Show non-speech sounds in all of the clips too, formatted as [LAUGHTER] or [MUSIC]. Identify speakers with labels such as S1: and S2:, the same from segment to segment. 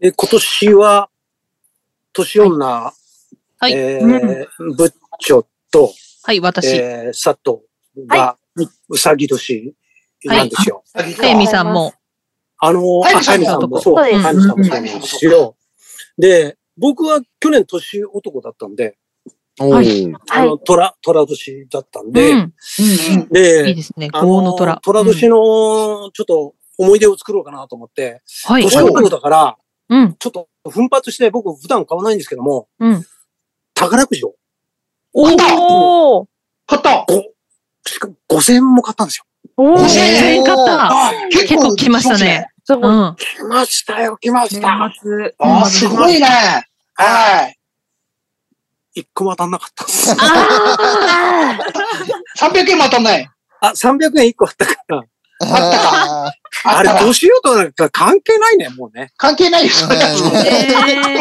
S1: え、今年は、年女、
S2: はい
S1: え
S3: う
S1: ーブッチョと、
S2: はい、私。
S1: えー、佐藤が、うさぎ年なんですよ。
S4: あぎ
S2: かゆみさんも。
S1: あのー、
S4: はい
S1: あかゆみさんもそう、
S3: そう
S1: か
S3: です
S1: ゆみさんもそうなんですけど、で、僕は去年年男だったんで、
S2: はい
S1: あ
S3: は
S1: の、虎、虎年だったんで、
S2: うん。
S4: うん
S2: いい
S1: で、
S2: ですね。
S1: あの
S2: 豪の虎。
S1: 虎
S2: う
S1: 年
S2: ん
S1: の、ちょっと、思い出を作ろうかなと思って、
S2: はい。
S1: 年男だから、
S2: うん。
S1: ちょっと奮発して、僕普段買わないんですけども、
S2: うん
S1: 宝くじを、
S2: お
S3: おお
S4: 買った
S1: ご、しかも5000円も買ったんですよ。
S3: お
S4: お
S3: ー
S4: しゃれ
S2: 全員買った。
S4: あ
S2: 結構来ましたね。。
S3: す
S2: う
S3: ごい。
S2: ん。
S1: 来ましたよ、来ま
S5: 年
S1: した。
S5: 末。
S4: あー、すごいね。はい。
S1: 一個も当たんなかったです。
S3: あ
S5: [LAUGHS]
S4: 300円も当たんない。
S1: あ、300円一個あったから。
S6: あー
S1: あれ、
S4: あった
S1: ど
S4: ら
S1: うしようとなんか関係ないね、もうね。
S4: 関係ないよ。そんなのそ
S6: え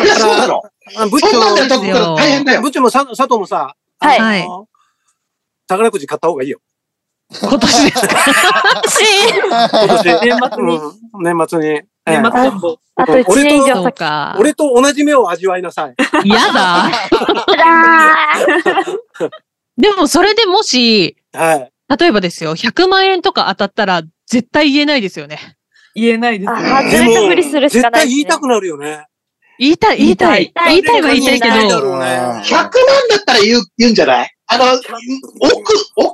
S4: り
S2: え
S4: ゃそうだろ。
S1: あ部
S4: そんなん
S1: 長、
S4: で取ったら大変だよ。
S1: 部長もさ佐藤もさ、
S3: はい
S1: あの宝くじ買った方がいいよ。
S2: ー今年です。
S1: 今年。
S5: 年末に
S1: うん年末に。ええ
S5: 年末ジャンボ。
S3: あと1年以上
S2: そう
S3: 先
S2: か。
S1: 俺と同じ目を味わいなさい。
S2: やだ。
S3: だ
S2: でもそれでもし、
S1: はい。
S2: 例えばですよ、100万円とか当たったら絶対言えないですよね。
S5: 言えないです
S3: あ
S5: ね。
S3: 外れたふりする
S1: 絶
S3: しかない
S1: 対
S3: です
S1: 言
S3: ね。
S1: いたくなるよね。
S2: 言いたい、言いたい。言
S3: 言
S2: い
S3: い
S2: た
S3: た
S2: い
S3: い
S2: は言いたいけ
S3: 言い
S1: たいだ
S2: ど、
S1: ろうね
S4: 100万だったら言う、言うんじゃないあの、奥、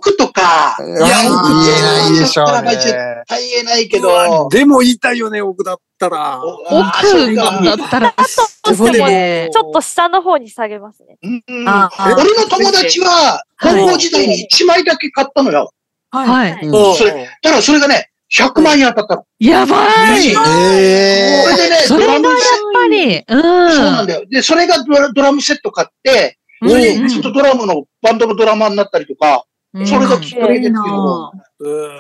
S4: 奥とか、
S6: いや、
S1: や
S6: 言えないでしょう
S4: だったら
S6: ね。
S4: 大変ないけど、
S1: でも言いたいよね、奥だったら。
S2: 奥
S4: あそうか
S2: だったら、すごいね。
S3: ちょっと下の方に下げますね。
S4: うん俺
S2: あ
S4: の
S2: ー
S4: 友達は、高校時代に1枚だけ買ったのよ。
S5: はい。
S2: はい。
S6: うん
S1: そう
S4: それだからそれがね、100万円当たったの。
S2: やばい
S6: え
S4: それでね、
S2: そ
S4: ド
S2: れ
S4: ラ
S2: もや
S4: ム
S2: っ
S4: セッ
S2: ぱり、うん。
S4: ト、そうなんだよ。で、それがドラドラムセット買って、それ
S2: う
S4: で
S2: ん
S4: ずっとドラムの、バンドのドラマーになったりとか、
S2: うん
S4: それがきっかけでっていうのも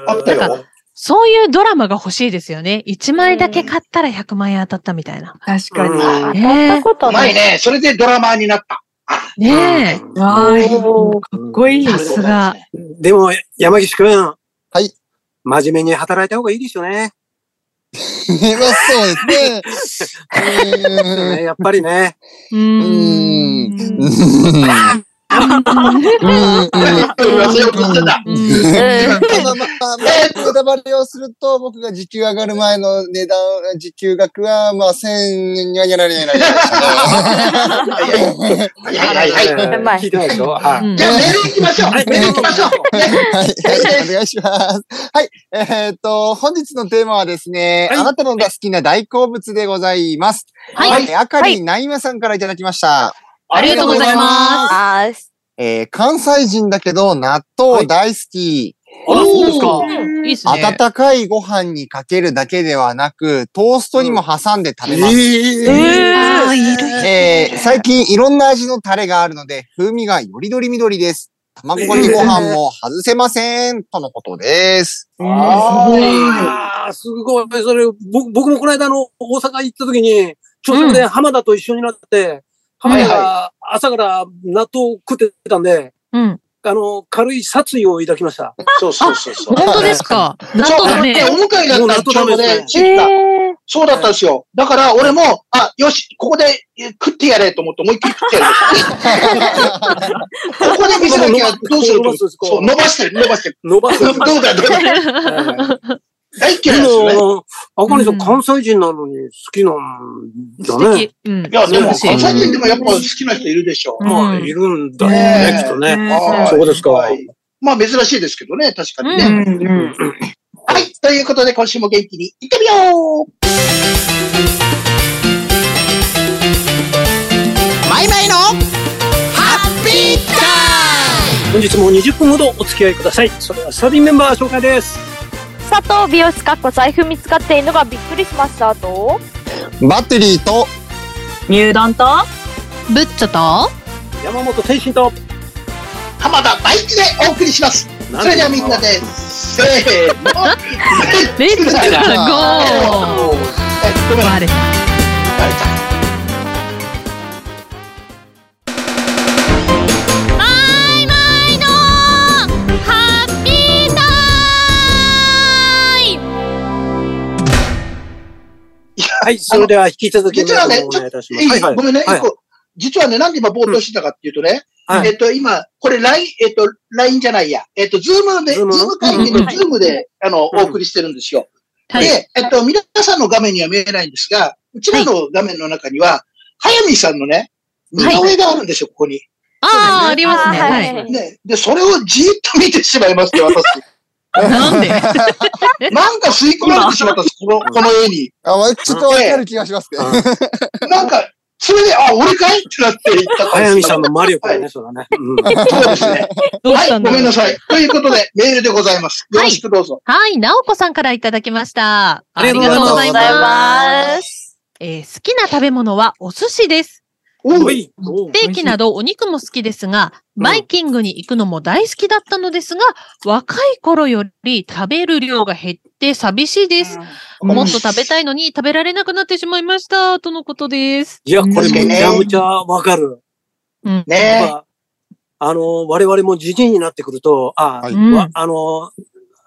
S4: あった
S2: だか
S4: よ。
S2: そういうドラマが欲しいですよね。1枚だけ買ったら100万円当たったみたいな。
S5: 確かに。
S1: うん
S3: 当たったこと
S4: うま
S3: ないい。
S4: ね。それでドラマーになった。
S2: ね
S5: ああ、
S3: おー
S5: かっこいい。
S2: さすが。
S1: でも、山岸くん。
S6: はい。
S1: 真面目に働いた方がいいですよね。
S6: え。まあそうですね。
S1: ねやっぱりね。
S2: え。う。
S6: うん
S5: う
S6: ん。
S5: ん
S6: うん。うん。
S4: 忘れようとしてた。
S2: うん
S6: 今ただまあ、ネタバレをすると、僕が時給上がる前の値段、時給額は、まあ、千、にゃにゃにゃにゃにゃに
S4: はいはいは
S6: ゃ。
S1: え
S4: い。
S1: ー
S3: うまい
S1: 聞いてないでしょはい。
S2: うん
S4: じゃあメール行きましょう。メール行きましょう。
S6: はい、お願いします。はい、えっと、本日のテーマはですね、あなたの好きな大好物でございます。
S2: はい。
S6: い。あかりなゆめさんからいただきました。
S2: ありがとうございま
S3: あー
S6: えー、関西人だけど納豆大好き。
S1: あら、そうですか。
S2: す。いいっすね。
S6: 温かいご飯にかけるだけではなく、トーストにも挟んで食べます。
S2: あーいる。
S6: えー最近いろんな味のタレがあるので、風味がよりどりみどりです。卵にご飯も外せません、とのことです。
S1: あーすごい。それ、僕僕もこの間あの大阪行った時に、朝食で浜田と一緒になって、浜田が朝から納豆を食ってたんで、
S2: うん。
S1: あの、軽い殺意を抱きました。
S4: そうそうそうそう。
S2: 本当ですか。納豆だね
S4: お。迎えだったらちょうどね、
S3: え
S4: 知った。
S3: ー
S4: そうだったんですよ。だから俺も、あ、よし、ここで食ってやれと思って思いっきり食ってや [LAUGHS] る。ここで見せなきゃどうするとそう、伸ばしてる、伸ばしてる。
S1: 伸ばす。
S4: どうだ、どうだ。大嫌いですよね。
S1: の、赤西さ
S2: うん
S1: ん、関西人なのに好きなんだ
S2: 素
S1: ね
S2: 敵。。うん。
S4: いや、でも、関
S2: 素晴らしい
S4: 西人でもやっぱ好きな人いるでしょ。
S1: まあ、
S2: うん
S1: いるんだよね、
S4: ねえ
S1: きっとね。
S4: あ
S1: そうですか。
S4: はいまあ、珍しいですけどね、確かにね。
S5: うんうん。
S4: はい。ということで、今週も元気に行ってみよう
S6: マイマイのハッピー
S1: 本日も20分ほどお付き合いください。それでは、スタディメンバー紹介です。
S3: 佐藤美容師かっこ財布見つかっているのがびっくりしましたと
S6: バッテリーと
S5: 入団と
S2: ぶっちょと、
S1: 山本天心と、
S4: 浜田大地でお送りします。それではみんなで、せー [LAUGHS] の。
S2: レッツゴ
S4: はい
S2: ー
S4: ごめん、
S2: バレた。
S4: バレた。
S7: マイマイのハッピータイム
S4: いや
S1: はい、それでは引き続き、
S4: 実はね
S1: お願いいたし
S4: え
S1: ま
S4: い
S1: す。はい、はい
S4: ご。めんね、
S1: はい
S4: 一個。実はね、なんで今ぼーっとしてたかっていうとね、
S1: はい
S4: えっと、今、これ、ライン、えっと、ラインじゃないや、えっと、ズームで、ズー
S1: Zoom？
S4: ム会議
S2: うんうん
S4: の
S2: はい
S4: ズームで、あの、
S1: うん
S4: お送りしてるんですよ。
S2: はい。
S4: で、えっと、皆さんの画面には見えないんですが、うちらの画面の中には、早見さんのね、似顔絵があるんですよ、ここに。
S2: ああ、あり
S3: あ
S2: ますね。
S3: ー
S2: はい。
S4: ね、で、それをじーっと見てしまいまし
S1: [LAUGHS]
S4: て、私。 [LAUGHS]
S2: なんで
S4: なんか吸い込まれてしまったんです、この、この絵に。
S6: あ、まあちょっとわかる気がしますね。
S4: なんか、それで、あ、俺かいってなって
S1: [LAUGHS]
S4: 言った感じ
S1: 早見さんの魔力だね、それはね。うん
S4: そうですね。
S2: どう
S4: は
S2: し
S4: い、
S2: た
S4: ご
S2: んだ
S4: めん
S2: ろう
S4: なさい。ということ
S2: [LAUGHS]
S4: で、メールでございます。よろしくどうぞ。
S2: はい、なおこさんからいただきました。
S1: あ
S2: あ
S1: り
S2: り
S1: が
S2: が
S1: と
S2: と
S1: う
S2: う
S1: ござ
S2: ござ
S1: い
S2: い
S1: ま
S2: ます。
S3: す。
S2: えー好きな食べ物はお寿司です。
S1: お
S4: おい。
S1: い、おう
S2: ステーキなどお肉も好きですが、
S1: うん
S2: バイキングに行くのも大好きだったのですが、若い頃より食べる量が減って寂しいです。もっと食べたいのに食べられなくなってしまいました、とのことです。
S1: いや、これめちゃめちゃわかる。
S2: うん。
S1: やっ
S4: ね
S1: ぱあの、我々もじじいになってくると、あ、
S6: は
S1: あ
S6: い
S2: うん
S1: わあの、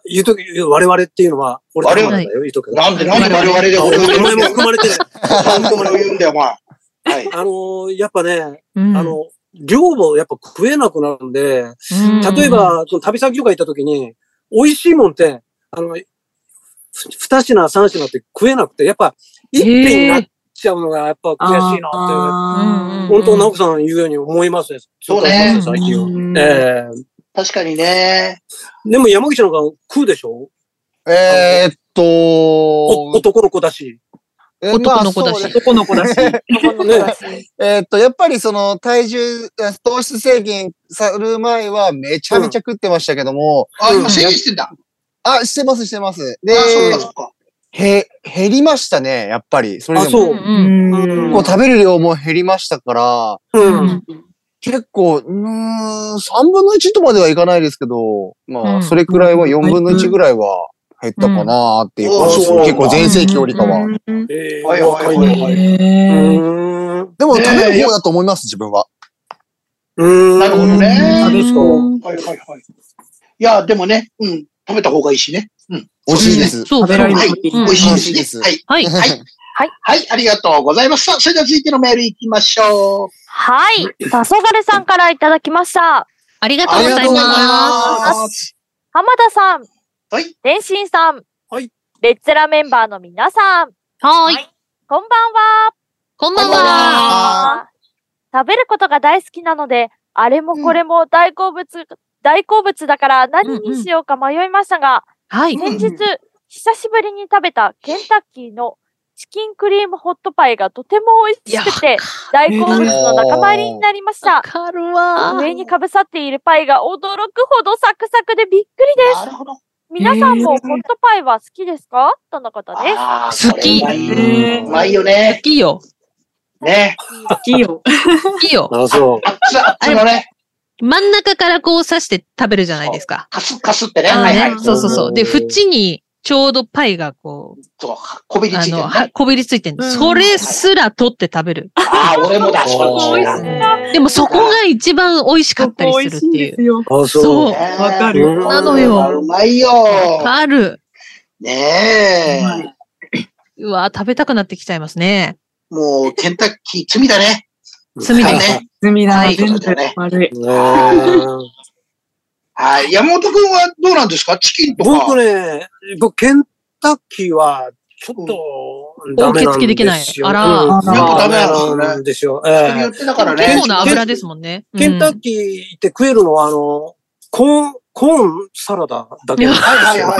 S1: 言うとき、我々っていうのは、俺
S4: 我
S1: 我
S4: 々
S1: 々だよ、言うとくけど。
S4: なんで、なんで我々で
S1: あお
S4: 俺を言う
S1: 前
S4: ん
S1: も
S4: だよ。
S1: 含まれてる。
S4: なんで俺を言 [LAUGHS] うんだよ、お前。はい。
S1: あの、やっぱね、
S2: うん
S1: あ、の、量もやっぱ食えなくなるんで、
S2: うん
S1: 例え、ば、その旅先とか行った時に、美味しいもんって、あの、ふ二品三品って食えなくて、やっぱ、一品になっちゃうのが、やっぱ悔しいなって、
S5: あ
S2: ー
S1: 本当、直子さん言うように思いますね。
S4: そうね
S1: 最
S5: ー
S1: 近は。
S5: うん
S1: ええ
S4: 確かにね。
S1: でも山口の方が食うでしょ
S6: えーっと、
S1: お男の子だし。
S6: え
S2: 男の子だし
S6: まあそうね
S5: 男の子だし。
S1: [LAUGHS] ね。
S6: えーっと、やっぱりその体重、あ糖質制限される前はめちゃめちゃ食ってましたけども、
S4: あ、今整理してんだ。
S6: あ、してます、してます。で
S4: あ、、そうか、そうか。
S6: へ、減りましたね、やっぱり。それで
S1: あ
S6: も。
S1: そううんん
S6: 結構食べる量も減りましたから、
S1: うん。
S6: 結構、うーん、3分の1とまではいかないですけど、ま
S2: う
S6: あ、
S2: ん
S6: それくらいは4分の1ぐらいは減ったかなっていう感じです
S4: うん
S6: ね。結構前世紀よりかは。
S1: ええ
S4: はいはいはいはい
S5: へー
S1: う
S6: でも
S4: ねえ
S6: 食べる方だと思います、自分は。
S1: ーん。
S4: なるほどね
S1: そうですか。
S4: はいはいはい。いや、でもね、うん、食べた方がいいしね。うん。
S6: 美味しいです。
S2: そう
S5: 食べられ
S2: そう
S5: る
S4: はい
S5: 時
S4: 美
S5: に
S4: 味しいですね。
S6: うん
S4: はい。
S2: はい。
S4: はい。はい、ありがとうございます。さあ、それでは続いてのメールいきましょう。
S3: はい。黄昏さんからいただきました。
S2: ありがとうござい
S6: ありがとうござい
S2: ます。
S4: す。
S3: 浜田さん。
S4: はい。
S3: 天心さん。
S1: はい。
S3: レッツェラメンバーの皆さん。
S2: はーい。
S3: こんばんは。
S2: こんばん
S4: こんばん
S2: は。
S4: あ
S3: 食べることが大好きなので、あれもこれも大好物、大好物だから何にしようか迷いましたが、
S2: はい。
S3: 先日、久しぶりに食べたケンタッキーのチキンクリームホットパイがとても美味しくて、大好物の仲間入りになりました。
S2: かるわ
S3: 上にかぶさっているパイが驚くほどサクサクでびっくりです。
S4: なるほど。
S3: 皆さんもホットパイは好きですかとのことです。
S4: あー
S2: 好き
S4: これうまいよ
S5: へー
S4: うまいよね。
S2: 好きよ。
S4: ね。
S5: 好きよ。
S2: 好きよ。
S1: あ、そう。
S4: 熱々のね、
S2: 真ん中からこう刺して食べるじゃないですか。
S4: かすかすってね。
S2: あの
S4: はいはい
S2: ね。そうそうそう。で、縁にちょうどパイがこう、
S4: そう、こびりつ
S2: あ
S4: いて
S2: の、
S4: るね。
S2: はこびりついてる
S5: うん
S2: それすら取って食べる。
S4: ああ、俺もだ、そう
S1: 美
S4: だ
S1: 味
S4: そう
S1: し
S4: だ。
S2: でもそこが一番美味しかったりするっていう。
S5: う。
S1: あ、
S2: そ
S1: そうう。
S4: ね
S5: わかる。
S1: うん
S2: なのよ
S4: うまいよ。
S2: ある。
S4: ねえ。
S2: うわ食べたくなってきちゃいますね。
S4: もう、ケンタッキー、罪だね。
S2: 罪だ
S4: ね。
S5: 罪だ
S2: は
S5: な、
S2: い
S5: 全部悪い。
S1: ねえ
S4: はい。山本くんはどうなんですかチキンとか。
S1: 僕ね、僕、ケンタッキーは、ちょっと、ダメなんですよ。
S2: お受け付けできないあら
S1: うん
S5: あら
S1: やっぱダメなんですよ。
S4: 人によ
S1: え
S4: ってだからね。
S2: 結構な油ですもんね。
S1: えケンタ
S2: うん
S1: ッキーって食えるのは、あの、コーン、コーンサラダだけなんですよ。
S4: はいはいは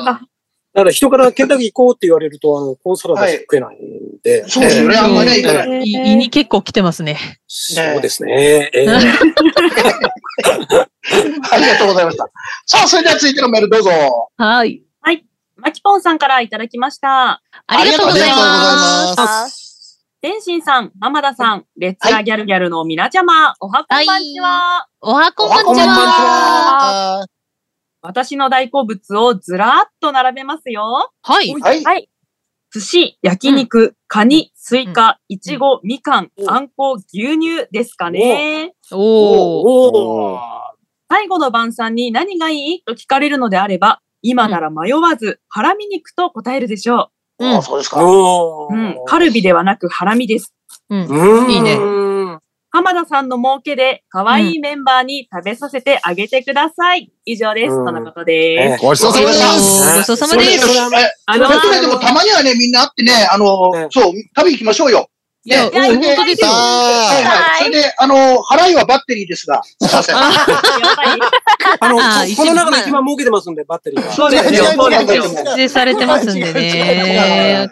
S4: いは
S6: あ
S1: だから人からケンタッキー行こうって言われると、あの、コーンサラダしか食えないんで。
S4: い。そうですよね。あんまりね、いかない。
S2: い胃に結構来てますね。
S1: そうですね。ええ
S4: ありがとうございました。さあ、それでは続いてのメールどうぞ。
S2: はい。
S8: マキポンさんからいただきました。
S2: ありがとうござい
S6: ありがとうござい
S2: ま。
S6: ますす
S8: 天心さん、浜田さん、レッツラギャルギャルの皆様、おはこんばんちは。
S2: おはこんばんち
S4: おはこんばんち
S2: は。
S6: あ
S8: 私の大好物をずらーっと並べますよ。
S2: はい。
S4: はい。
S3: はい。
S8: 寿司、焼肉、カニ、スイカ、いちご、みかん、あんこ、牛乳ですかね。
S2: おー。
S1: おー
S8: 最後の晩餐に何がいいと聞かれるのであれば、今なら迷わず、ハラミ肉と答えるでしょ
S2: うん
S4: あそうですか。
S1: お
S8: う
S1: ー
S8: ん。カルビではなくハラミです。
S1: うん。
S2: いいね
S1: うん
S8: 浜田さんの儲けで可愛いメンバーに食べさせてあげてください。以上です。
S1: うん
S8: とのことです。
S6: ごちそうさまでした。
S2: ごちそうさま
S4: それ
S2: で
S4: ね
S2: す。
S8: あの
S4: それくらいでもたまにはね、みんな会ってね、あの
S1: ええ、
S4: そう、食べ行きましょうよ。
S2: いや、
S4: ね
S2: うん本当です
S6: さ
S2: よ。
S4: はい
S6: あ、
S4: はい。それで、あの、払いはバッテリーですが、すいません。
S8: やっぱり
S1: あの、こ
S2: あー
S1: この中で一番儲けてますんで、バッテリーは。
S8: そうですよ。そうですよ。
S2: 規制されてますんでね。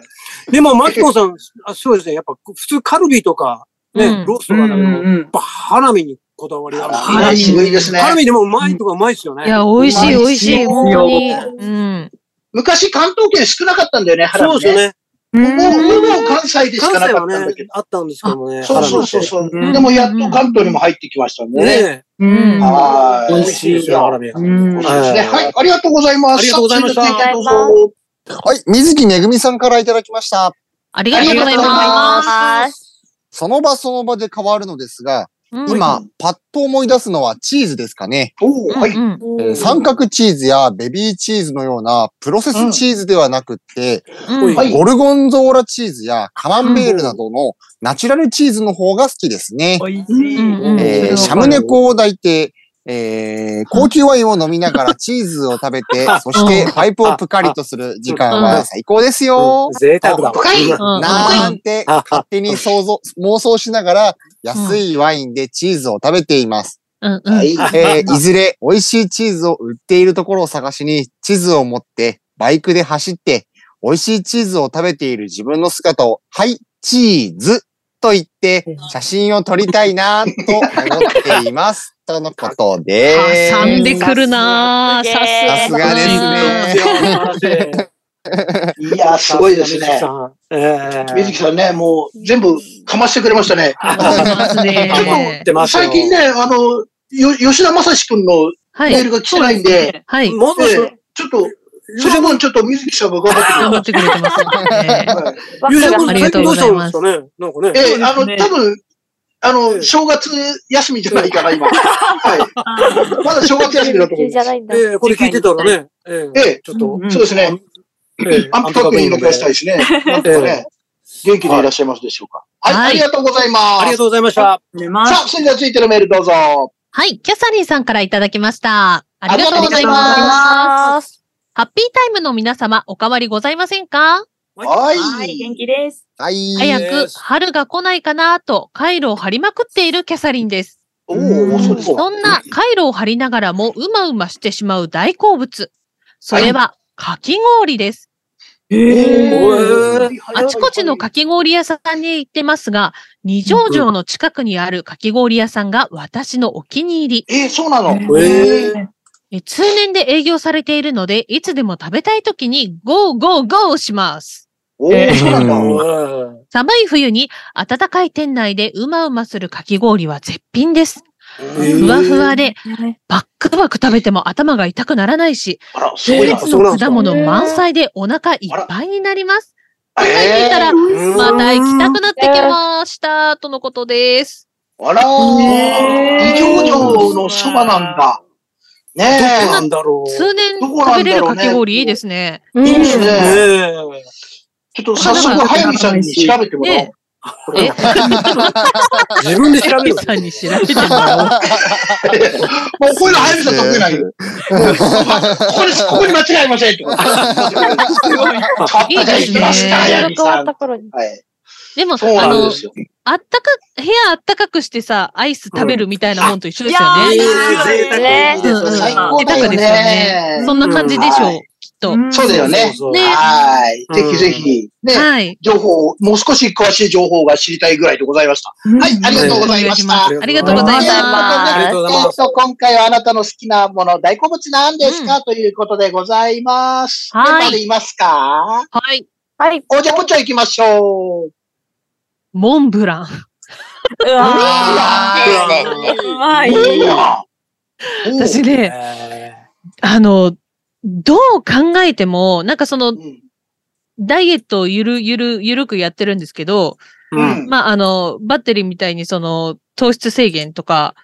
S1: でも、マキコさん、あそうですね。やっぱ、普通カルビとか、ね、
S2: うん
S1: ロース
S8: う
S1: と
S8: ん
S1: か
S8: う
S1: だけど、やっ
S8: んうん。
S1: ぱ、花見にこだわりがある。
S4: ハラミ渋いですね。
S1: 花見でもうまいとかうまいですよね。
S2: いや、美味しい、美味しい、
S8: うま
S2: 本
S8: いですよ
S2: 当に。うん。
S4: 昔関東圏少なかったんだよね、ハラ
S1: そう
S4: ミ
S1: ですよ
S4: ね。
S1: ね。
S4: もう、もうもう関西でし
S1: 関
S4: かな
S1: 西
S4: か
S1: は
S4: ったんだけ
S1: ね
S4: ど。、
S1: あったんですけどもね。
S4: そうそうそう
S1: ハ
S4: そう。
S8: うん
S4: でもやっと関東にも入ってきましたん
S1: ラ
S4: で
S1: ミっ
S4: ね。
S1: て。ね
S8: う
S2: うん
S8: ん。
S4: はい。
S1: 美味しいですよ、ハラミ。
S8: うん
S4: 美味しいですね。
S1: うん
S4: はい。ありがとうございます。
S1: ありがとうございました
S4: さあ続てどうぞ
S6: はい、水木めぐみさんからいただきました。
S2: ありがとうございます。
S3: ます。
S6: その場その場で変わるのですが、
S2: うん
S6: 今、パッと思い出すのはチーズですかね。
S4: おーは
S2: う
S4: い。
S2: ん
S6: えー三角チーズやベビーチーズのようなプロセスチーズではなくて、
S2: うん
S1: はい
S6: ゴルゴンゾーラチーズやカマンベールなどのナチュラルチーズの方が好きですね。
S8: 美味しい。
S2: うん
S6: えーシャムネコを抱いて、えー高級ワインを飲みながらチーズを食べて、そしてパイプをぷかりとする時間は最高ですよ。
S1: 贅沢だわ。
S4: 深い
S2: うん
S6: なんて勝手に想像、妄想しながら安いワインでチーズを食べています。
S2: うんうん
S4: はい。
S6: えーいずれ美味しいチーズを売っているところを探しに地図を持ってバイクで走って美味しいチーズを食べている自分の姿を、はい、チーズと言って写真を撮りたいなぁと思っています。とのことです。
S2: 挟んでくるなぁ。
S3: さすが
S6: さすがですね。
S4: いや、すごいですね。水
S1: ね。
S4: 木さんね、もう全部かましてくれましたね。
S2: ますね。
S1: 出ますよ
S4: 最近ね、あの、よ吉田正史君の
S2: は
S4: メー
S2: い。
S4: ルが来てないんで、
S2: はい。
S1: もっと
S4: ええちょっと、その分ちょっと水木さんが頑張
S2: 持ってくれてますね。
S4: ってくれ
S3: わ
S1: ゆうさ
S3: かが
S1: ん、
S2: あり
S1: 最
S2: がと
S1: 近
S2: う
S1: ど
S2: ご
S1: うし
S2: ざ
S1: た
S2: い
S1: んで
S2: ます
S1: すかねなんかね。 [LAUGHS]
S4: て。ええ、あの、多分、あ
S1: え
S4: の、
S1: え
S4: 正月休みじゃないかな、今。はい。まだ正月休みだと思
S3: 急
S4: い
S3: じゃ
S4: ます。
S3: ないんだ。
S1: ええ、これ聞いてたらね。え
S4: え
S1: え、
S4: え、
S1: ちょっと。
S4: そうですね。
S1: ええ
S4: 安否確認の出したいですね。なんかね、元気でいらっしゃいますでしょうか。はい、
S2: はい
S4: ありがとうござい
S1: あり
S4: ま
S1: が
S4: す。
S1: とうございました。
S8: 寝ます。
S4: さあ、それでは続いてのメールどうぞ。
S2: はい。キャサリンさんからいただきました。ありがとうござい
S4: ありがとうござい
S2: ます。
S3: ます。
S2: ハッピータイムの皆様、お変わりございませんか
S4: はい。
S8: はい、元気です。
S6: はい。
S2: 早く春が来ないかなと、回路を張りまくっているキャサリンです。
S4: おお、そうですか。
S2: そんな回路を張りながらもうまうましてしまう大好物。それは、かき氷です。
S1: ええ
S2: あちこちのかき氷屋さんに行ってますが、二条城の近くにあるかき氷屋さんが私のお気に入り。
S4: えー、そうなの。
S1: ええ
S2: え通年で営業されているので、いつでも食べたい時にゴーゴーゴーします。
S4: おお、そうなんだ。
S2: 寒い冬に暖かい店内でうまうまするかき氷は絶品です。
S1: え
S2: ふわふわで、バックバク食べても頭が痛くならないし、
S4: あら、すごい
S2: 季
S4: な。
S2: 節の果物満載でお腹いっぱいになります。考えていたら、また行きたくなってきました、とのことです。
S4: あらー、二条城のそばなんだ。
S1: どこ
S4: ね
S1: なんだろう。
S2: 通年
S4: どこ
S2: 食
S4: な
S2: べ
S4: ん
S2: れ
S4: だ
S2: る
S4: ろう
S2: か
S4: ね
S2: き氷いいですね。
S4: え。いいですね。
S1: え
S4: ちょっと早速、早見さんに調べてもらおう
S2: ね。え、
S1: え。自分で調べ
S2: 神
S1: る。
S2: さんに調べてもら
S4: もうこういうの早見さん得意なんよ。これ、ここに間違いませんって。ちょっと
S2: いいですね
S4: ました、早見
S3: 仕事終わ
S4: さ
S3: っ
S4: ん。
S3: た頃に。
S4: はい。
S2: おう。 [LAUGHS] でも、
S4: そう
S2: あ
S4: なん
S2: の
S4: で、すよ。
S2: あったか、部屋あったかくしてさ、アイス食べるみたいなもんと一緒ですよ
S8: うん
S2: ね。
S1: 贅
S2: うんう
S1: 沢。
S2: ん
S4: 最高
S2: 贅
S4: だよ
S2: 沢ですよね。
S4: ね
S2: そ。んな感じでしょ
S4: うん
S2: う、きっと。
S4: そうだよね。はい。ぜひぜひ、ね、
S2: はい。
S4: 情報を、もう少し詳しい情報が知りたいぐらいでございました。はい、ありがとうございました。
S2: ありがとうございま
S1: ありがとうござい
S4: え
S1: ま
S4: っと、今回はあなたの好きなもの、大好物なんですか、ということでございます。
S2: はい
S4: メンバーでいますか
S2: す。はい。
S3: はい。
S4: おじゃぽちゃ行きましょう。
S2: モンブラン。
S8: うわ
S1: あ
S8: ーうまい。
S4: いいなおう
S2: 私ね、あの、どう考えても、なんかその、
S4: うん
S2: ダイエットをゆる、ゆる、ゆるくやってるんですけど、
S1: うん。
S2: まあ、あの、バッテリーみたいにその、糖質制限とか、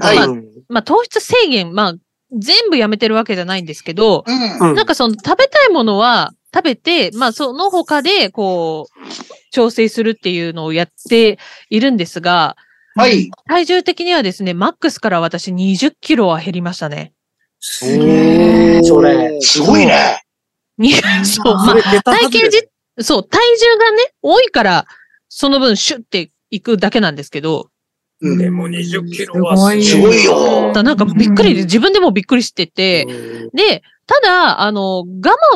S4: はい。うん。
S2: まあ、糖質制限、まあ、全部やめてるわけじゃないんですけど、なんかその、食べたいものは、食べて、まあ、その他で、こう、調整するっていうのをやっているんですが、
S4: はい。
S2: 体重的にはですね、マックスから私20キロは減りましたね。
S1: すげえ。それ。
S4: すごいね。
S2: にそう、ま
S1: そ
S2: あ
S1: れ、下駄
S2: 体
S1: 外
S2: 型
S1: れ
S2: じ、そう、体重がね、多いから、その分シュッていくだけなんですけど、
S4: うん
S1: でも20キロは
S4: すごいよ
S2: だからなんかびっくりで、
S5: うん
S2: 自分でもびっくりしてて、
S1: うん
S2: で、ただ、あの、我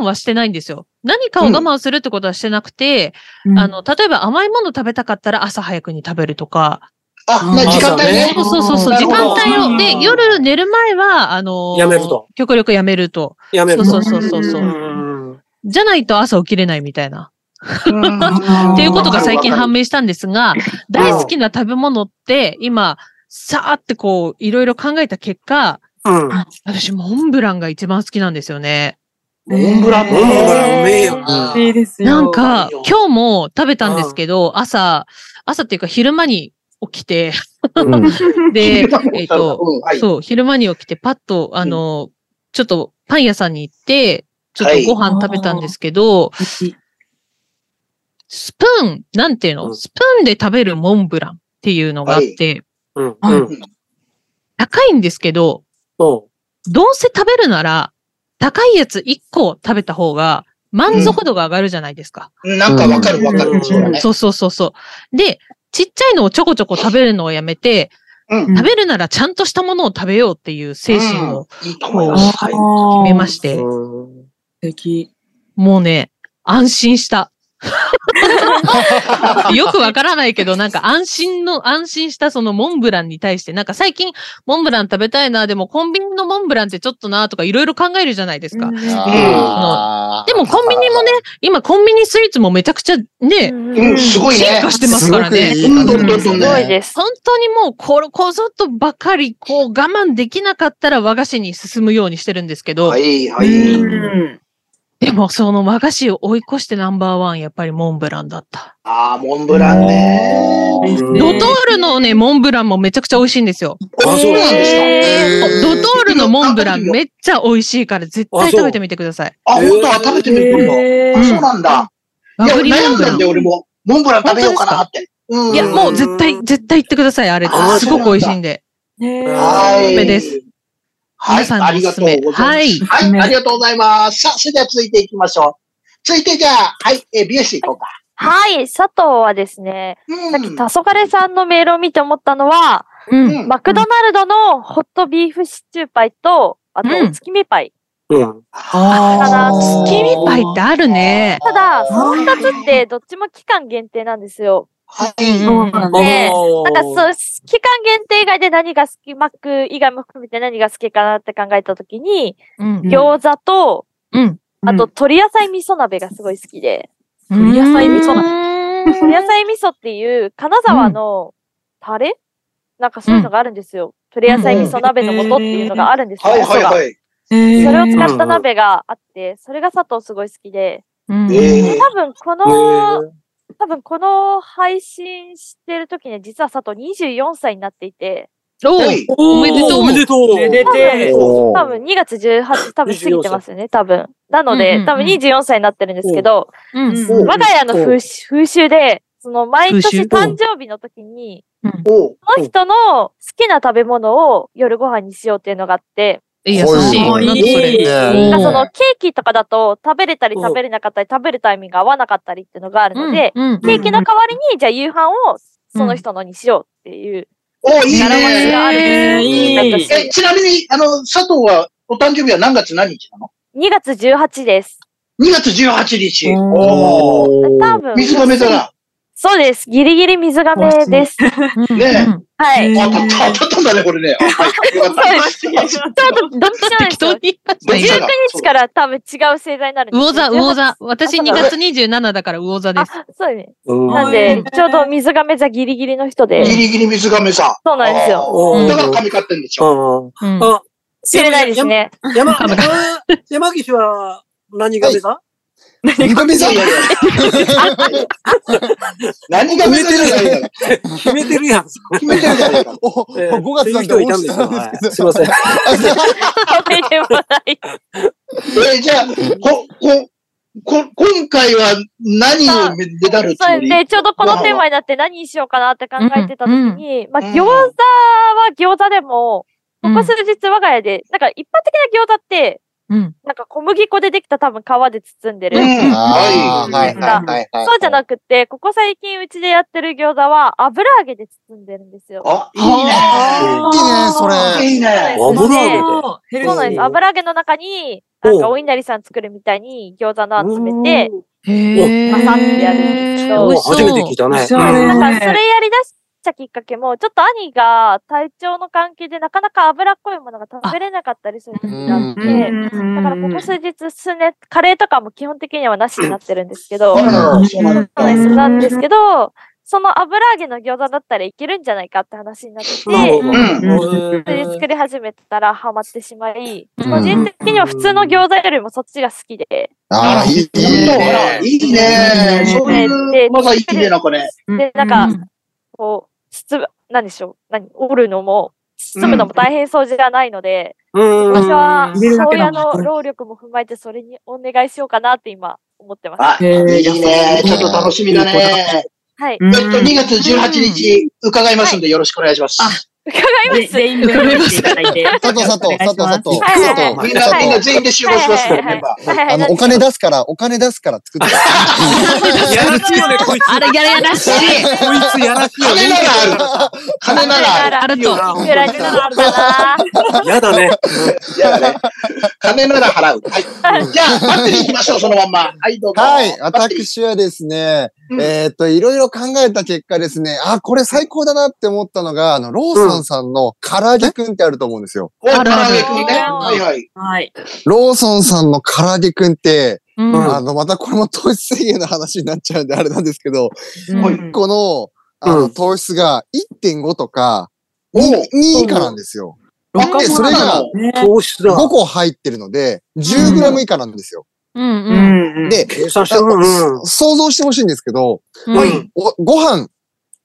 S2: 慢はしてないんですよ。何かを我慢するってことはしてなくて、あの、例えば甘いもの食べたかったら朝早くに食べるとか、
S4: あ、な、時間帯ね。
S2: そうそうそうそう、
S1: な
S2: 時
S1: るほ
S2: 間
S1: ど
S2: 帯を、で、夜寝る前は、あの、
S1: やめると
S2: 極力やめると。
S1: やめる
S2: そう
S1: と。
S2: そうそうそうそうう。
S1: ん
S2: じゃないと朝起きれないみたいな。
S5: っ
S2: っていうことが
S4: さ
S2: 最近判明したんですが、大好きな食べ物って、今、さーってこう、いろいろ考えた結果、
S1: うん。
S2: 私、モンブランが一番好きなんですよね。
S5: モンブラン
S1: モンブランうめえよな。
S5: いいですよ。
S2: なんか
S1: いいよ、
S2: 今日も食べたんですけど、朝、朝っていうか昼間に起きて、
S6: うん。
S2: で、えっと、
S4: うんはい
S2: そう、昼間に起きて、パッと、あの、ちょっとパン屋さんに行って、ちょっとご飯食べたんですけど、スプーン、なんていう
S1: う
S2: の
S1: ん
S2: スプーンで食べるモンブランっていうのがあって、
S1: うん。
S5: は
S1: う
S5: い
S1: ん。
S2: 高いんですけど、
S1: そ
S2: どうせ食べるなら、高いやつ1個食べた方が、満足度が上がるじゃないですか。
S4: うんなんかわかるわか
S1: う
S4: る。
S1: ん
S4: そうだね。
S2: そうそうそうそう。で、ちっちゃいのをちょこちょこ食べるのをやめて、
S4: うん
S2: 食べるならちゃんとしたものを食べようっていう精神を
S4: いいと思います。はい。
S2: 決めま
S5: し
S2: して、
S1: う。
S5: た。素敵。
S2: もうね、安心した。 [LAUGHS] よくわからないけど、なんか安心の、安心したそのモンブランに対して、なんか最近モンブラン食べたいな、でもコンビニのモンブランってちょっとな、とかいろいろ考えるじゃないですか。
S6: あー
S2: でもコンビニもね、今コンビニスイーツもめちゃくちゃね、
S4: うん、すごいね。
S2: 進化してますからね。
S6: すごくいい感じ
S4: うん
S3: すごいです。
S2: 本当にもうこれこぞとばかりこう我慢できなかったら和菓子に進むようにしてるんですけど、
S4: はい、は
S5: う
S4: い。
S5: ん。
S2: でもその和菓子を追い越してナンバーワンやっぱりモンブランだった。
S4: ああ、モンブランね。
S1: うん
S2: ドトールのね、モンブランもめちゃくちゃ美味しいんですよ。
S1: あ、そうなんですか。
S2: ド
S6: え
S2: トールのモンブランめっちゃ美味しいから絶対食べてみてください。
S4: あ、本当は食べてみる今
S5: へ
S4: 度。
S5: ー
S4: あ、そうなんだ。い
S2: 和
S4: や、
S2: 栗
S4: 俺
S2: モン
S4: 悩ん
S2: ブラ
S4: だんで、
S2: ン。
S4: 俺も。モンブラン食べようかなって。うん
S2: いや、もう絶対、絶対行ってください、あれ
S4: あ。ー
S2: すごく美味しいんで。
S4: は
S2: おすす
S4: い。
S2: めです
S4: は
S2: 皆、
S4: い
S2: さんの
S4: ありがとうございます。
S5: はい
S4: はい、ありがとうございます。さあ、それでは続いていきましょう。続いてじゃあ、はい、えー、美容師行こうか。
S3: はい、佐藤はですね、
S4: うん
S3: さっき黄昏さんのメールを見て思ったのは、
S2: うん。
S4: うん
S3: マクドナルドのホットビーフシチューパイと、あと
S2: うん、
S3: 月見パイ。
S1: うん。
S5: あ
S3: あ
S5: ー
S2: 月見パイってあるね。
S3: ただ、その二つってどっちも期間限定なんですよ。
S4: はい。
S5: そうなんだ
S3: ね
S1: お
S3: な
S1: ー
S3: んかそう、期間限定以外で何が好き、マック以外も含めて何が好きかなって考えたときに、
S2: うん。
S3: 餃子と、
S2: うん。
S3: あと、鶏野菜味噌鍋がすごい好きで、
S2: うん
S5: 野菜味噌
S3: 鶏野菜味噌っていう、金沢のタレ、なんかそういうのがあるんですよ。鶏野菜味噌鍋の素っていうのがあるんですよ。
S4: はい、はい、
S3: 味噌が
S4: はい。
S5: へー
S3: それを使った鍋があって、それが佐藤すごい好きで、
S2: うん
S4: え
S3: で
S4: ー
S3: 多分この、多分この配信してる時に実は佐藤24歳になっていて、
S2: おう
S4: はい
S2: おめでとう
S1: おめでとう。
S5: めで
S3: 多分、
S6: お
S3: 多
S6: ー
S3: 分2月18多分過ぎてますよね、多分。なの
S2: うんうん
S3: で
S2: う、ん
S3: 多分24歳になってるんですけど、
S2: うん。
S3: [LAUGHS]
S4: うん
S3: 我が家の風習風習で、その毎
S2: 風習
S3: 年誕生日の時に、
S4: おう
S3: その人の好きな食べ物を夜ご飯にしようっていうのがあって、
S2: え、優しい。
S5: お
S2: なん
S5: ー
S2: だ
S5: いい
S2: それ。お
S3: なんか
S2: ー
S3: そのケーキとかだと食べれたり食べれなかったり食べるタイミングが合わなかったりっていうのがあるので、
S2: うんうん
S3: ケーキの代わりに、じゃあ夕飯をその人のにしようっていう。
S4: おういい
S3: 習わし
S4: ね。
S3: があるんですよ
S5: いい
S3: なんか
S4: え、ちなみに、あの、佐藤は、お誕生日は何月何日なの
S3: 2月18です。
S4: ?2 月18日。
S5: お
S4: おー
S3: 多分。
S4: 水亀だな。
S3: そうです。ギリギリ水亀です。
S2: うん
S4: ねえ
S2: うん
S3: は
S5: う
S3: い。
S5: ん
S4: あ、当たった、当たったんだね、これね。あはいよかった
S3: ちょっとどっちなんで
S2: 適
S3: す
S2: 当
S3: よ
S2: に。言いました
S4: どっちだ
S2: ね
S4: か
S3: 19日から多分違う星座になるんで
S2: 魚
S3: す
S2: 座、魚座。私
S3: あ
S2: 2月27だから魚座です。
S3: あ、そうね。
S1: うん
S5: は
S3: なん
S5: う
S3: で
S5: ん、
S3: ちょうど水亀座ギリギリの人で
S4: ギ。リギリ水亀さん。
S3: そうなんですよ。
S1: うん
S4: だから髪買ってんでしょ。
S1: うん
S2: うん
S1: あ、
S3: 知れないですね。
S1: 山、山山岸は何が目だ
S6: 何が目
S4: いやい
S6: 覚
S4: やい
S6: め
S4: や何が目覚めたい
S1: 決めてるやん。
S4: 決めてるじゃないか。
S6: お
S1: え
S6: [LAUGHS]
S1: ー
S6: 5月なんで
S1: そういう人いたんですよ。
S6: 落ちたん
S1: は
S6: ですけ
S1: い
S6: ど
S1: すいません。
S3: 食べでもない。
S4: えー、じゃあ、こ、こ、こ、今回は何をねだるつ
S3: そ
S4: も
S3: う
S4: り
S3: で、ちょうどこのテーマになって何にしようかなって考えてた時に、まあ、餃子は餃子でも、ここ数日我が家で、なんか一般的な餃子って、
S2: うん。
S3: なんか小麦粉でできた多分皮で包んでる。
S4: うん。
S6: あー
S4: は
S6: はい
S4: い。
S6: はいはいはい。
S3: そうじゃなくて、ここ最近うちでやってる餃子は油揚げで包んでるんですよ。
S4: あ、い
S6: いいね、そ
S4: いね。
S6: れ。
S4: いいね。
S3: そうなんです
S1: 油揚げで
S8: ヘルシー
S3: そうなんです。油揚げの中に、なんかお稲荷さん作るみたいに餃子の集めて、
S2: へぇ
S3: パサってやるんですけど
S1: お
S2: 美味しそう。
S1: 初めて聞いたね。
S5: おしゃれ
S3: なんか
S5: ね
S3: それやりだしたきっかけも、ちょっと兄が体調の関係でなかなか脂っこいものが食べれなかったりする時があっ
S6: うん
S3: て、だからここ数日数年、カレーとかも基本的にはなしになってるんですけど、
S4: あ
S3: そう
S4: らそうなんだ。
S3: なんですなんですけど、その油揚げの餃子だったらいけるんじゃないかって話になって
S1: なる
S3: て、
S1: ほど。
S3: それで作り始めたらハマってしまい、
S6: うん
S3: 個人的には普通の餃子よりもそっちが好きで、
S6: ああ、いい
S4: いいね。
S6: ね。
S4: いいね。そういう技いいね、なんかね。
S3: で、なんか、こう、包む、何でしょう、何、折るのも、包むのも大変そうじゃないので、
S1: うん。
S3: 私は、
S5: 入れるだけ
S3: 親
S5: だもん
S3: の労力も踏まえて、それにお願いしようかなって今、思ってます。
S4: あ、いいね。ちょっと楽しみだね。
S3: はい。
S4: えっと、2月18日伺いますんで、よろしくお願いします。
S3: 伺います。
S8: 全員メモしていただいて。
S6: 佐藤佐藤佐藤佐藤
S3: は
S6: 佐
S3: いはい
S4: み
S6: 藤
S4: んな、みんな全員で集合しますよ、
S3: はいはいは
S4: メ
S3: い
S4: ンバー。
S3: はいは
S6: あ
S3: い。
S6: の、お金出すから、お金出すから作って。
S1: やらしいよね、こいつ。
S2: あれ、やれやらしい。
S1: こいつやらしいよね
S4: 金。ならある。金ならある。
S2: あると。
S3: いくらになるかな
S1: やだね。
S4: いやね。金なら払う。はい。じゃあ、バッテリー行きましょう、そのまんま。はい、どうぞ。
S6: はい、
S4: バッテリー
S6: 私はですね、
S4: うん
S6: えーっと、いろいろ考えた結果ですね、あ、これ最高だなって思ったのが、あの、ローソンさんの唐揚げくんってあると思うんですよ。
S4: お、唐揚げくんね。はいはい。
S8: はい。
S6: ローソンさんの唐揚げくんって、
S2: うん
S1: ん
S6: あの、またこれも糖質制限の話になっちゃうんであれなんですけど、
S8: うん
S6: この、あ
S1: う
S6: の、
S1: ん
S6: 糖質が1.5とか、
S4: おう
S6: 2以下なんですよ。
S5: ロカ
S6: で、
S5: ボ
S6: それ
S5: な
S6: が
S4: の
S5: ね。
S1: 糖質
S6: 5
S1: だ。
S6: 個入ってるので、10g 以下なんですよ。
S2: うん
S5: う
S2: うん。
S5: んうん。
S6: で、
S1: 計算してる。うん。
S6: 想像してほしいんですけど、
S2: うん
S6: おご飯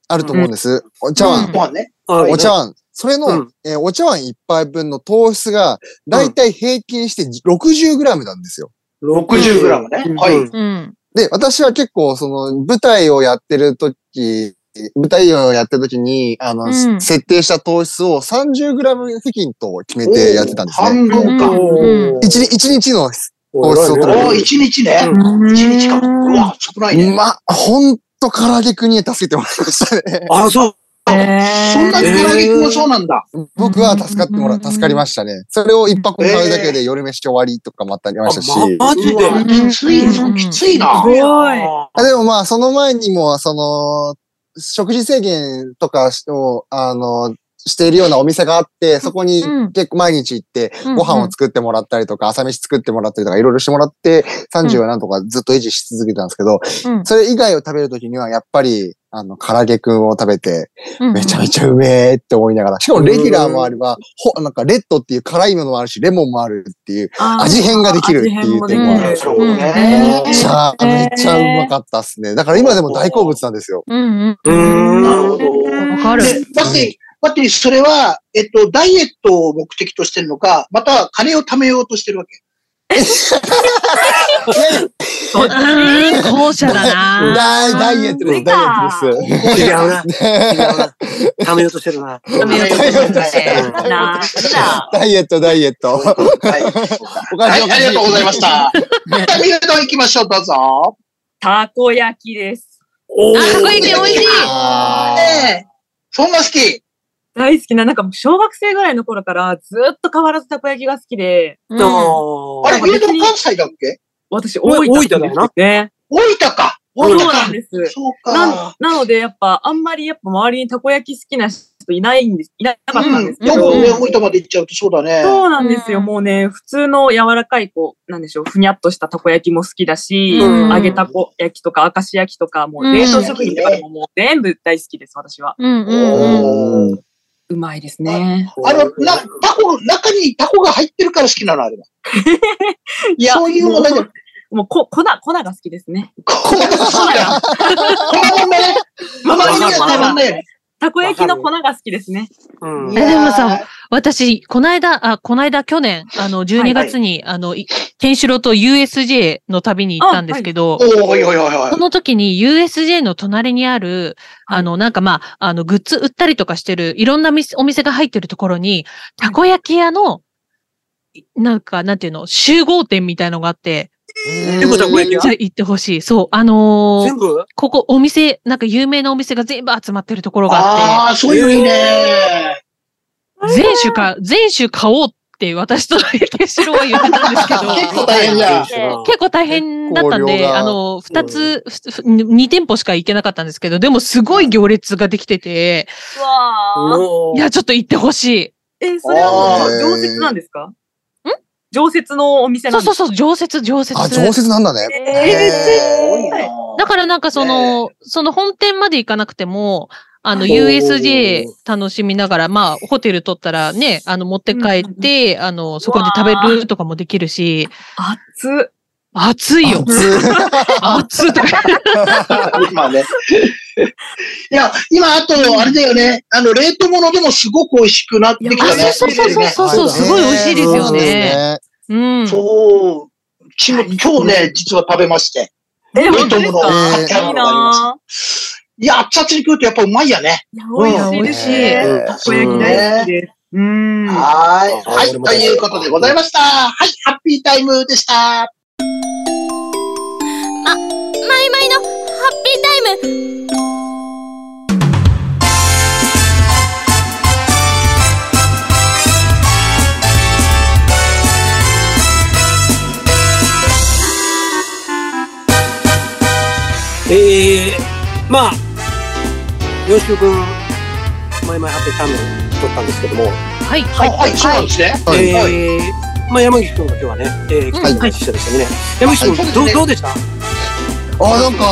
S6: あると思うんです。お茶碗
S2: う。ん
S4: ご飯ね。
S6: お茶
S1: わ
S6: 碗。それの、
S1: うん
S6: えーお茶碗一杯分の糖質が、だいたい平均して60グラムなんですよ。
S4: 60グラムね。はい。
S1: うん
S2: うん。
S6: で、私は結構、その、舞台をやってる時舞台をやってる時に、あの、
S2: うん
S6: 設定した糖質を30グラム付近と決めてやってたんですね。
S4: 半分か。
S2: うん
S6: 一日、一日の、
S1: お
S4: おー、
S1: い。
S4: 一日ね。一日か。うわ、少ないね。
S6: ま、ほんと唐揚げくんには助けてもらいました
S2: [LAUGHS]
S6: ね。
S1: あ、そう。
S4: そんなに唐揚げくんもそうなんだ。
S6: 僕は助かってもら、助かりましたね。それを一箱買うだけで夜飯終わりとかもあったりましたし。
S1: マジ
S4: う
S1: で。
S4: わ、きついぞ、きついな。
S6: あでもまあ、その前にも、その、食事制限とかを、あの、しているようなお店があって、そこに
S2: うん
S6: 結構毎日行って、
S2: うん
S6: ご飯を作ってもらったりとか、朝飯作ってもらったりとか、いろいろしてもらって、30はなんとかずっと維持し続けたんですけど、
S2: うん
S6: それ以外を食べるときには、やっぱり、あの、唐揚げくんを食べて、
S2: うん
S6: めちゃめちゃうめーって思いながら、しかもレギュラーもあれば、ほ、なんかレッドっていう辛いものもあるし、レモンもあるっていう、味変ができるっていう点
S5: 味変も
S6: は
S5: でき、る
S4: なるほど
S6: め
S4: ね。
S6: っちゃ、めっちゃうまかったっすね。だから今でも大好物なんですよ。
S2: うん
S1: う
S2: うん。
S4: なる
S1: ん。
S4: ほど。
S2: わかる。
S4: で、バッテリー、バッテリー、それは、えっと、ダイエットを目的としてるのか、または金を貯めようとしてるわけ。
S2: うん後者だな。
S6: [LAUGHS] ダイダイエットです。ダイエットです。
S1: 違うな。違うな。貯めようとしてるな。
S8: 食べようとしてな、な、
S6: [LAUGHS] ダイエット、ダイエッ
S4: は
S6: ト。
S4: い。
S6: おか
S4: は
S6: し
S4: い、
S6: い
S4: あり
S6: おかしい
S4: がとうございました。じゃあ、みゆうどん行きましょう、どうぞ。
S8: たこ焼きです。
S1: おー
S2: あ、たこ焼き美味しい。
S6: あー
S4: ねえ。そんな好き。
S8: 大好きな、なんか小学生ぐらいの頃からずっと変わらずたこ焼きが好きで、
S2: うん
S4: あ
S1: あ
S4: れ、みゆうどん関西だっけ
S8: 私
S1: お
S8: 大分
S1: 大分だよな
S8: ね。
S4: 大分か。
S8: そ
S4: 大
S8: う
S4: 分
S8: な
S4: か
S8: ん。です。
S4: そう
S8: な
S4: か。
S8: なので、やっぱ、あんまりやっぱ周りにたこ焼き好きな人いないんです、いなかったんですけ
S4: ど
S8: ど、
S4: こね、大分まで行っちゃうとそうだね。
S8: そうなんですよ。
S2: うん
S8: もうね、普通の柔らかい、こう、なんでしょう、ふにゃっとしたたこ焼きも好きだし、
S1: うん
S8: 揚げたこ焼きとか、明石焼きとか、もう冷凍食品とかでももう全部大好きです、私は。
S2: うんうんうん。
S4: おー
S8: うまいですね。
S4: あの、な、タコ、中にタコが入ってるから好きなの、あれは。
S8: いや
S4: そういう問題じゃない。
S8: もう、こ、粉、粉が好きですね。
S4: ここがそうだよ。この問題ね。あまりにはたまんないよね。
S8: たこ焼きの粉が好きですね。
S1: うん
S4: い
S2: え
S4: やー
S2: でもさ、私、この間、あ、この間、去年、あの、12月に、あの、いケンシロウと USJ の旅に行ったんですけど、
S4: おーいおいおいおい
S2: そ。の時に USJ の隣にある、
S8: はい
S2: あの、なんかまあ、あの、グッズ売ったりとかしてる、いろんなみお店が入ってるところに、たこ焼き屋の、いなんか、なんていうの、集合店みたいのがあって、
S1: 猫ちゃんこれ
S2: めっちゃ行ってほしい。そう、あのー
S1: 全部
S2: ここお店、なんか有名なお店が全部集まってるところがあ
S4: ああ、そういういいね。
S2: って、全種か、全種買おうって私と [LAUGHS] ケシロは言ってたんですけど、
S1: [LAUGHS]
S4: 結構大変じゃん。
S2: 結構大変だったん
S6: 結構量
S2: で、
S6: が
S2: あの、二つ、二店舗しか行けなかったんですけど、でもすごい行列ができてて、
S8: わー。
S1: の
S2: いや、ちょっと行ってほし
S8: え、それはもう常設なんですかん常設のお店
S2: い。
S8: な
S2: そう
S8: んです
S2: そう
S8: か
S2: そう、常設、常設。
S6: あ、常設なんだね。
S8: えー
S4: えー
S2: だからなんかその、その本店まで行かなくても、あの、
S1: おー
S2: USJ 楽しみながら、まあ、ホテル取ったらね、あの、持って帰って、あの、そこで食べるとかもできるし、
S8: 熱っ。
S2: 暑 [LAUGHS] いよ。暑いとか。
S4: 今ね。 [LAUGHS] いや、今、あと、あれだよね。あの、冷凍物でもすごく美味しくなってきたね。
S2: そうそうそう [LAUGHS] そうそう、すごい美味しいですよね。。うん。
S4: そう。うちも今日ね、実は食べまして。
S8: え、
S4: 冷
S8: 本当
S4: 凍
S8: です
S4: 物を
S8: か
S4: 買ってあ
S8: い
S4: る
S8: い
S4: のがあります。
S8: ない
S4: や、熱々に食うとやっぱうまいよね。
S8: ぁ。いや、美味しいですね。
S1: うん
S8: たこ焼き大好きです。うーん。
S4: はーい。
S1: あ
S4: はい。
S1: 俺も
S4: と
S1: 大好き
S4: いうことでございました。はい。ハッピータイムでした。
S7: マイマイのハッピータイム
S1: ええまあ、よしゅうくん、前々ハッピーターム取ったんですけども、
S2: はい。
S4: はい。はい。そうなんですね。
S6: はい
S1: ええまあ山岸くんが今日はね、えー、来ていただきましたですよね。山岸
S4: はい
S1: くん、ど
S4: そうですね
S1: うどうでした
S6: あ、なんか、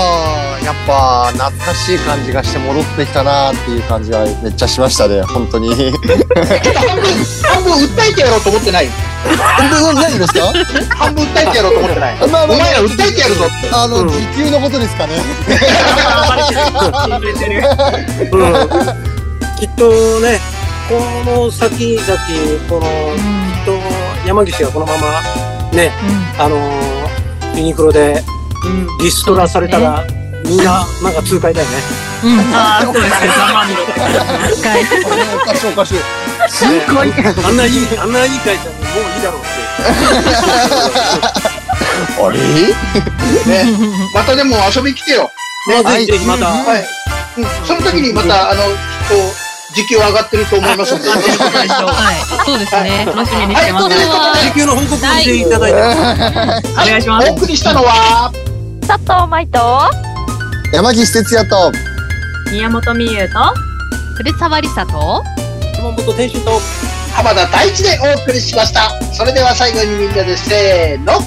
S6: やっぱ、懐かしい感じがして戻ってきたなっていう感じはめっちゃしましたね、本当に。
S4: ちょっと半分、半分訴えてやろうと思ってない。
S6: 何ですか
S4: 半分訴えてやろうと思ってない。
S6: まあ
S4: お前ら訴えてやるぞって。
S6: あ
S1: う
S6: の、
S1: ん
S6: 時給のことですかね。
S8: バレてる。
S1: うん、きっとね、この先々、この、きっと山岸がこのまま、ね、あのーユニクロでリストラされたら、みんな、なんか痛快だよね。
S2: うん。うん。
S8: ああ、そうですね。生身の。
S6: [LAUGHS] おかしいおかしい。
S1: あんないい、あんないい会社にもういいだろうって。
S6: あれ
S4: ね。またでも遊びに来てよ。
S1: まあ、
S6: は
S1: ぜ
S6: い
S1: ひぜひまた、
S4: はい。うんその時にまた、あの、こう、時給上がってると思いますので。
S2: はい。そうですね。
S8: 楽しみにしてま
S4: は
S8: す
S4: い。
S2: それは
S1: 時給の報告をしていただいて、
S8: お願いします
S4: お。送りしたのは、
S3: 佐藤舞と、
S6: 山岸哲也と、
S8: 宮本美優と、
S2: 古沢りさと、
S1: 熊本天心と、
S4: 浜田大地でお送りしました。それでは最後にみんなでせーの。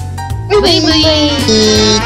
S7: ブイブイ
S6: いい